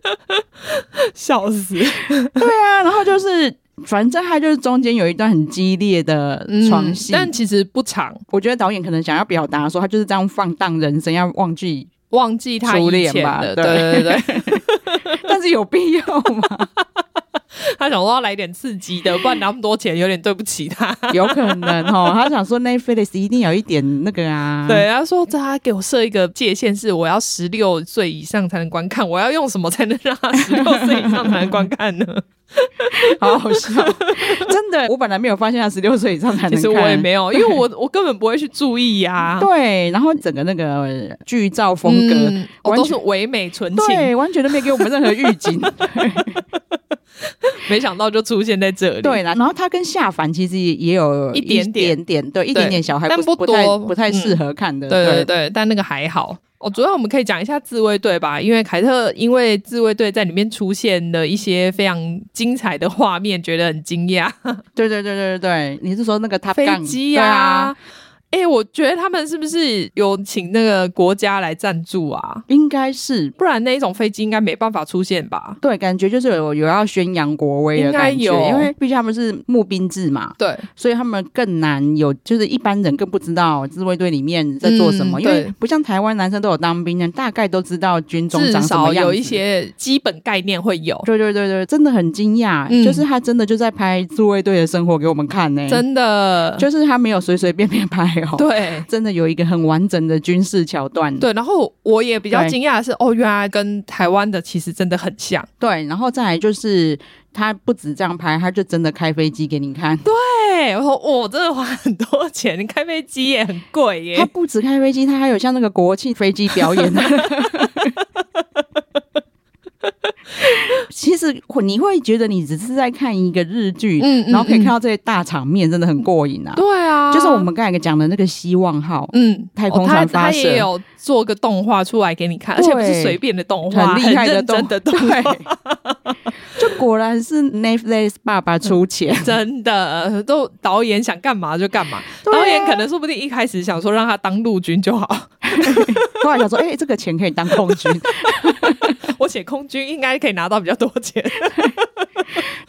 笑死，
对啊，然后就是。反正他就是中间有一段很激烈的床戏、
但其实不长，
我觉得导演可能想要表达说，他就是这样放荡人生，要忘记，
忘记他
初
以
恋
前
吧
的，
对
对对对对，
但是有必要吗？
他想说要来点刺激的，不然拿那么多钱有点对不起他。
有可能哦，他想说 Netflix 一定有一点那个啊，
对，他说他给我设一个界限，是我要十六岁以上才能观看，我要用什么才能让他十六岁以上才能观看
*laughs*
呢？
好好笑，真的，我本来没有发现他十六岁以上才能
其
看，
实我也没有，因为我我根本不会去注意啊
*laughs*
呀、
对，然后整个那个剧照风格。
嗯哦、
完
都
全
是唯美纯情，
嗯对，完全都没有给我们任何预警。
没想到就出现在这里。
对啦，然后他跟夏凡其实也有
一点点
点点，对，一点点小孩
但
不
不
太
多
不太
嗯
适合看的。
对对对，但那个还好。哦，主要我们可以讲一下自卫队吧，因为凯特因为自卫队在里面出现了一些非常精彩的画面，觉得很惊讶。
对对对对对对，你是说那个他
飞机
呀、
呀、哎、我觉得他们是不是有请那个国家来赞助啊？
应该是
不然那一种飞机应该没办法出现吧？
对，感觉就是有有要宣扬国威的
应该
感觉，
有
因为毕竟他们是募兵制嘛，
对，
所以他们更难有，就是一般人更不知道自卫队里面在做什么，
嗯
因为
对
不像台湾男生都有当兵的，大概都知道军中
至
长什么
少
样
有
子
一。些基本概念会有。
对对对对，真的很惊讶，
嗯
就是他真的就在拍自卫队的生活给我们看呢、
真的，
就是他没有随随便便拍哦，，
对
真的有一个很完整的军事桥段，
对。然后我也比较
对
惊讶的是，哦，原来跟台湾的其实真的很像。
对，然后再来就是他不止这样拍，他就真的开飞机给你看，
对，我说 *laughs* 我真的花很多钱，开飞机也很贵
他
耶。
不止开飞机，他还有像那个国庆飞机表演。 *laughs* 其实你会觉得你只是在看一个日剧，
嗯嗯
然后可以看到这些大场面，真的很过瘾啊！
对啊，
就是我们刚才讲的那个希望号，
嗯，
太空
哦他
船发
他
射
也有做个动画出来给你看，而且不是
对
随便的动画，
很厉害的
认真的动画。
*laughs* 对就果然是 Netflix 爸爸出
嗯
钱，
真的，都导演想干嘛就干嘛。
对啊
导演可能说不定一开始想说让他当陆军
*laughs*
就好，
后来想说，哎、这个钱可以当空军，
我写空军应该可以拿到比较多
*laughs*
钱。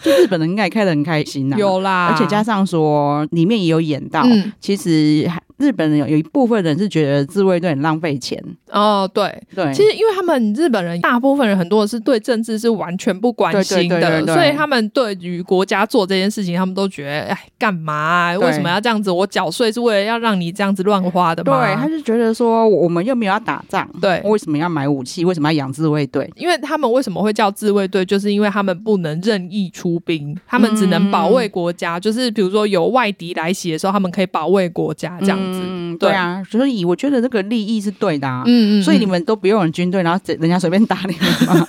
就日本人应该也开得很开心呐、
有啦，
而且加上说里面也有演到，
嗯
其实日本人有有一部分人是觉得自卫队很浪费钱，
哦，对。
对，
其实，因为他们日本人大部分人很多是对政治是完全不关心的，
对对对对对
所以他们对于国家做这件事情，他们都觉得哎，干嘛啊、
对
为什么要这样子？我缴税是为了要让你这样子乱花的
对，
吗
他？就觉得说我们又没有要打仗，
对
为什么要买武器？为什么要养自卫队？
因为他们为什么会叫自卫队，就是因为他们不能任意出兵，他们只能保卫国
嗯
家。就是比如说有外敌来袭的时候，他们可以保卫国家这样子。
嗯，
对
对啊，所以我觉得这个利益是对的啊。
嗯
所以你们都不用有军队，然后人家随便打你们吗？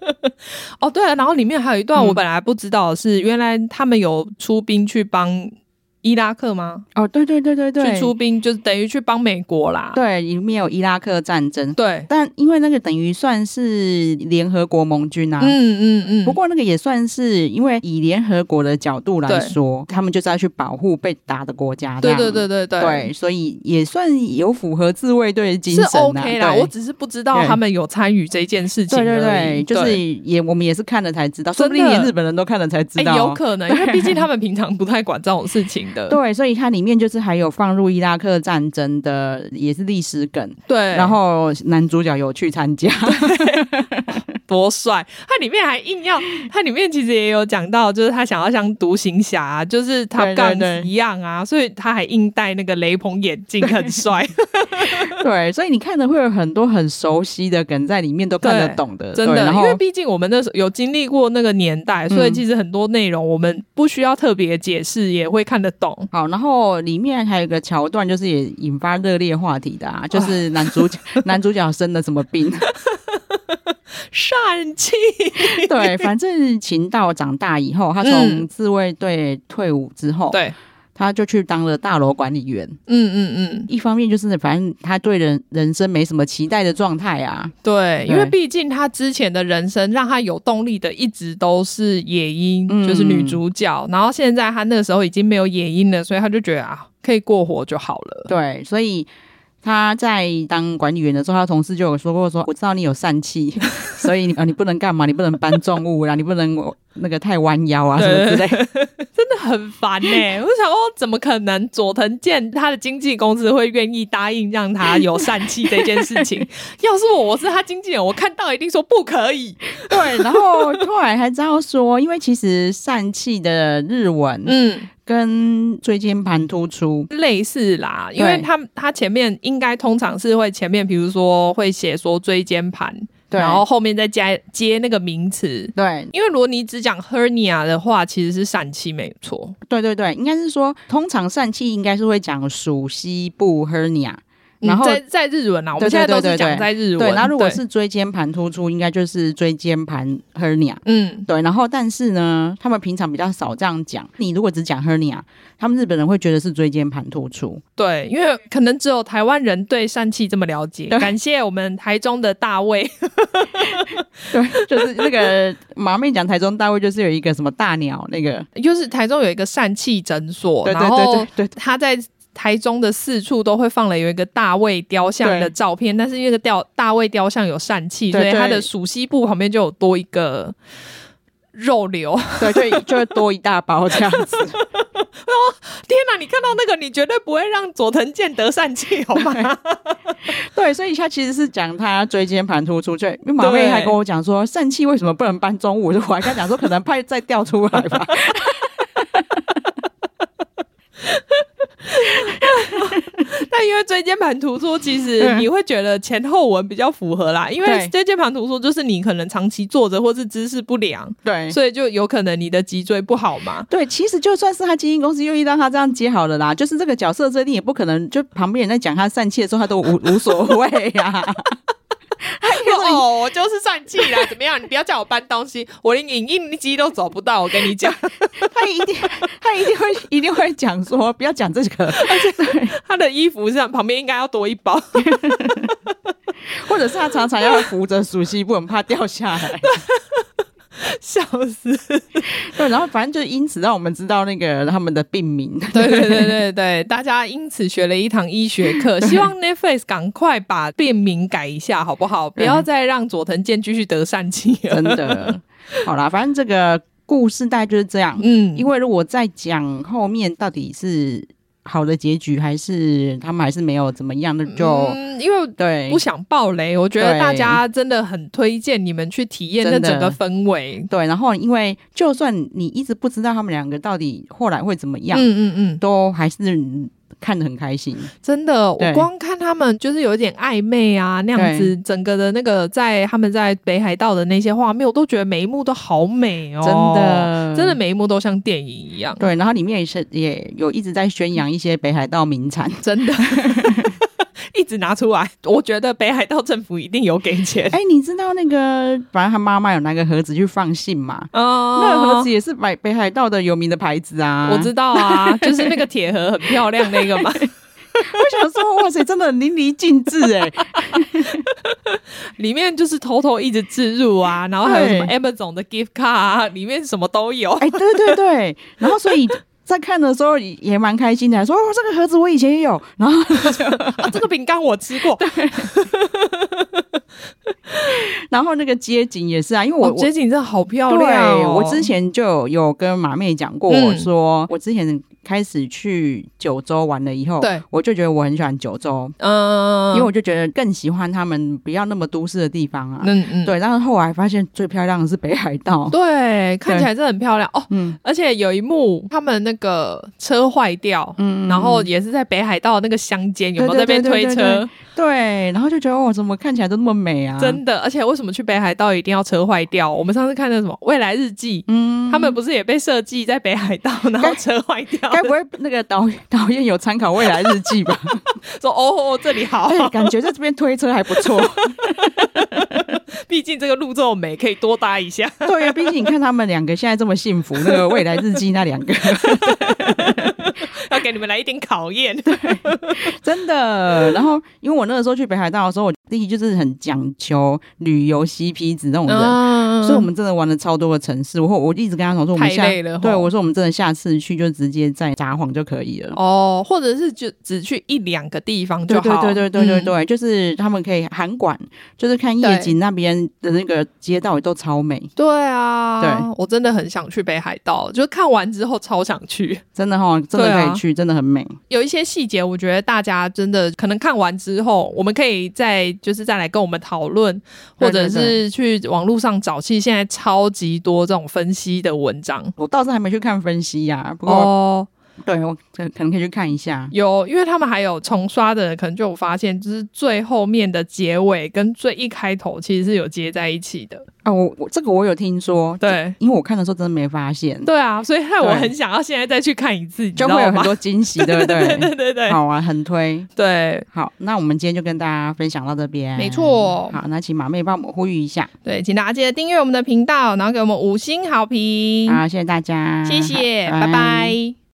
*laughs* 哦，对了，然后里面还有一段
嗯
我本来不知道的是，原来他们有出兵去帮伊拉克吗？
哦，对对对对对，
去出兵就是等于去帮美国啦。
对里面有伊拉克战争，
对，
但因为那个等于算是联合国盟军啊，
嗯嗯嗯。
不过那个也算是，因为以联合国的角度来说，他们就是要去保护被打的国家这
对
样，
对对对对。
对所以也算有符合自卫队的精
是
神、啊、
OK 啦，
对
我只是不知道他们有参与这件事情
对
而已。
对对，就是
对
也我们也是看了才知道，说
真的
不定连日本人都看了才知道
哎，
哦、
有可能，因为毕竟他们平常不太管这种事情的。
对，所以它里面就是还有放入伊拉克战争的，也是历史梗。
对，
然后男主角有去参
*laughs*
加，
多帅！它里面还硬要，它里面其实也有讲到，就是他想要像独行侠、就是他
对对
杠
对
一样啊，所以他还硬戴那个雷朋眼镜，很帅，
对，所以你看的会有很多很熟悉的梗在里面，都看得
对
懂的，
*laughs* 真
对
的。嗯
然
因
后
为毕竟我们那时候有经历过那个年代，所以其实很多内容我们不需要特别解释，也会看得懂。
好，然后里面还有一个桥段，就是也引发热烈话题的啊，就是男主
*laughs*
角男主角生了什么病？
疝气，
对，反正秦道长大以后，他
嗯
从自卫队退伍之后，
对，
他就去当了大楼管理员。
嗯嗯嗯，
一方面就是反正他对人人生没什么期待的状态啊，
对，
对
因为毕竟他之前的人生让他有动力的一直都是野樱，
嗯
就是女主角。然后现在他那个时候已经没有野樱了，所以他就觉得啊，可以过活就好了。
对，所以。他在当管理员的时候，他同事就有说过说，我知道你有疝气， *laughs* 所以你啊，你不能干嘛，你不能搬重物啊啦，你不能那个太弯腰啊什么之类的
真的很烦呢、 *laughs* 我想哦，怎么可能佐藤健他的经纪公司会愿意答应让他有疝气这件事 *laughs* 情？要是我，我是他经纪人，我看到一定说不可以。
*laughs* 对，然后后来还知道说，因为其实疝气的日文
嗯，
跟椎间盘突出，
类似啦，因为
对
他他前面应该通常是会前面，比如说会写说椎间盘。
对
然后后面再加接那个名词。
对
因为如果你只讲 hernia 的话，其实是疝气没错。
对对对，应该是说，通常疝气应该是会讲属膝部 hernia，然后
嗯在在日文啊，我
对对
们现在都是
对对
讲
对
在日文。
对，那如果
对
是椎间盘突出，应该就是椎间盘 hernia。
嗯，
对，然后但是呢，他们平常比较少这样讲。你如果只讲 hernia，他们日本人会觉得是椎间盘突出。
对，因为可能只有台湾人对疝气这么了解。
对
感谢我们台中的大卫， *laughs*
对，就是那个马妹讲台中大卫，就是有一个什么大鸟那个，
就是台中有一个疝气诊所，
对对
哦然
对
后
对对
他在。台中的四处都会放了有一个大卫雕像的照片，但是因为那个雕大卫雕像有疝气，
对
所以它
对
的属膝部旁边就有多一个肉瘤。 *laughs*
对，就就会多一大包这样子。
天哪、你看到那个，你绝对不会让佐藤健得疝气，好
*laughs*
吗？
对，所以他其实是讲他椎间盘突出，就哎因为马妹
对
还跟我讲说，疝气为什么不能搬中午？我就我还跟他讲说，可能怕再掉出来吧。
但因为椎间盘突出，其实
嗯
你会觉得前后文比较符合啦，因
对
为椎间盘突出就是你可能长期坐着或是姿势不良，
*laughs* 对。
所以就有可能你的脊椎不好嘛。
对，其实就算是他经纪公司愿意让他这样接好了啦，就是这个角色设定也不可能，就旁边人在讲他疝气的时候，他都无无所谓啊呀、
*laughs* 哦，我就是疝气 *laughs* 啦，怎么样？你不要叫我搬东西，我连影印机都走不到。我跟你讲，
他一定他一定会一定会讲说，不要讲这个，
*laughs* 他的衣服上旁边应该要多一包。
*laughs*
*laughs*
或者是他常常要扶着熟悉，不很怕掉下来。
笑死！
对，然后反正就因此让我们知道那个他们的病名。
对对对对对，大家因此学了一堂医学 *laughs* 课。希望 Netflix 赶快把病名改一下，好不好？不要再让佐藤健继续得疝气 *laughs* 了。
真的。好啦，反正这个故事大概就是这样。
嗯，
因为如果再讲后面到底是好的结局，还是他们还是没有怎么样，那就、
嗯，因为
对
不想爆雷，我觉得
对
大家真的很推荐你们去体验那
真的
整个氛围。
对。然后因为就算你一直不知道他们两个到底后来会怎么样，
嗯嗯嗯，
都还是看得很开心。
真的，我
对
光看他们就是有一点暧昧啊，那样子，整个的那个在他们在北海道的那些画面，我都觉得每一幕都好美哦，
真的
真的每一幕都像电影一
*laughs*
样，
对，然后里面也是也有一直在宣扬一些北海道名产。
真的。 *laughs* 一直拿出来，我觉得北海道政府一定有给钱。
哎，你知道那个，反正他妈妈有拿个盒子去放信嘛？
哦
那个盒子也是北北海道的有名的牌子啊。
我知道
*laughs*
啊，就是那个铁盒很漂亮那个嘛。
我想说，哇塞，真的淋漓尽致
*laughs*
哎！
里面就是偷偷一直置入啊，然后还有什么
对
Amazon 的 gift card 啊，里面什么都有。
哎，对对对，然后所以在看的时候也也蛮开心的，还说哦，这个盒子我以前也有，然后 *laughs*
啊，这个饼干我吃过，
然后那个街景也是啊，因为我
我
我。
街哦景真的好漂亮
对，
哦。
我之前就有有跟马妹讲过，
嗯
我说我之前开始去九州玩了以后，
对，
我就觉得我很喜欢九州，
嗯，
因为我就觉得更喜欢他们不要那么都市的地方啊。
嗯嗯
对，但是后来发现最漂亮的是北海道。
对，看起来真的很漂亮哦。
嗯
而且有一幕，他们那个车坏掉，
嗯，
然后也是在北海道那个乡间，有没有
对
在那
对
边
对对
推
对
车？
对，然后就觉得哦，怎么看起来都那么美啊？
真的，而且为什么去北海道一定要车坏掉？我们上次看那什么《未来日记》，
嗯，
他们不是也被设计在北海道，然后
该
车坏掉，
该不会那个导导演有参考未来日记吧？
*laughs* 说哦哦，这里好， *laughs*
哎，感觉在这边推车还不错。
毕竟这个路这么美，可以多搭一下。
对呀，毕竟你看他们两个现在这么幸福，那个未来日记那两
*laughs*
个
要给你们来一点考验。
真的。然后，因为我那个时候去北海道的时候，我弟弟就是很讲求旅游 CP 值那种人。
嗯
所以，我们真的玩了超多个城市。我我一直跟他讲说，我们
太
下
累了
对
吼
我说，我们真的下次去就直接在札幌就可以了。
哦，或者是就只去一两个地方
对
就
对
好。
对对对对
嗯
对，就是他们可以函馆，就是看夜
对
景那边的那个街道也都超美。
对啊，
对，
我真的很想去北海道，就是看完之后超想去。 *laughs*
真的哈、真的
对
可
啊
以去，真的很美。
有一些细节，我觉得大家真的可能看完之后，我们可以再就是再来跟我们讨论，
对
或
对
者是去网络上找。其实现在超级多这种分析的文章。
我倒是还没去看分析呀、不过、
哦，
对我可可能可以去看一下。
有，因为他们还有重刷的，可能就有发现，就是最后面的结尾跟最一开头其实是有接在一起的。
啊，我我这个我有听说，
对，
因为我看的时候真的没发现，
对啊，所以害我
对
很想要现在再去看一次，你知
就
道
会有
吗
很多惊喜，对不
对
*laughs* 对？
*laughs* 对对对对
好啊，很推。
对
好，那我们今天就跟大家分享到这边，
没错
好，那请马妹帮我们呼吁一下，
对，请大家记得订阅我们的频道，然后给我们五星好评，
嗯好，谢谢大家，
谢谢，
好
拜拜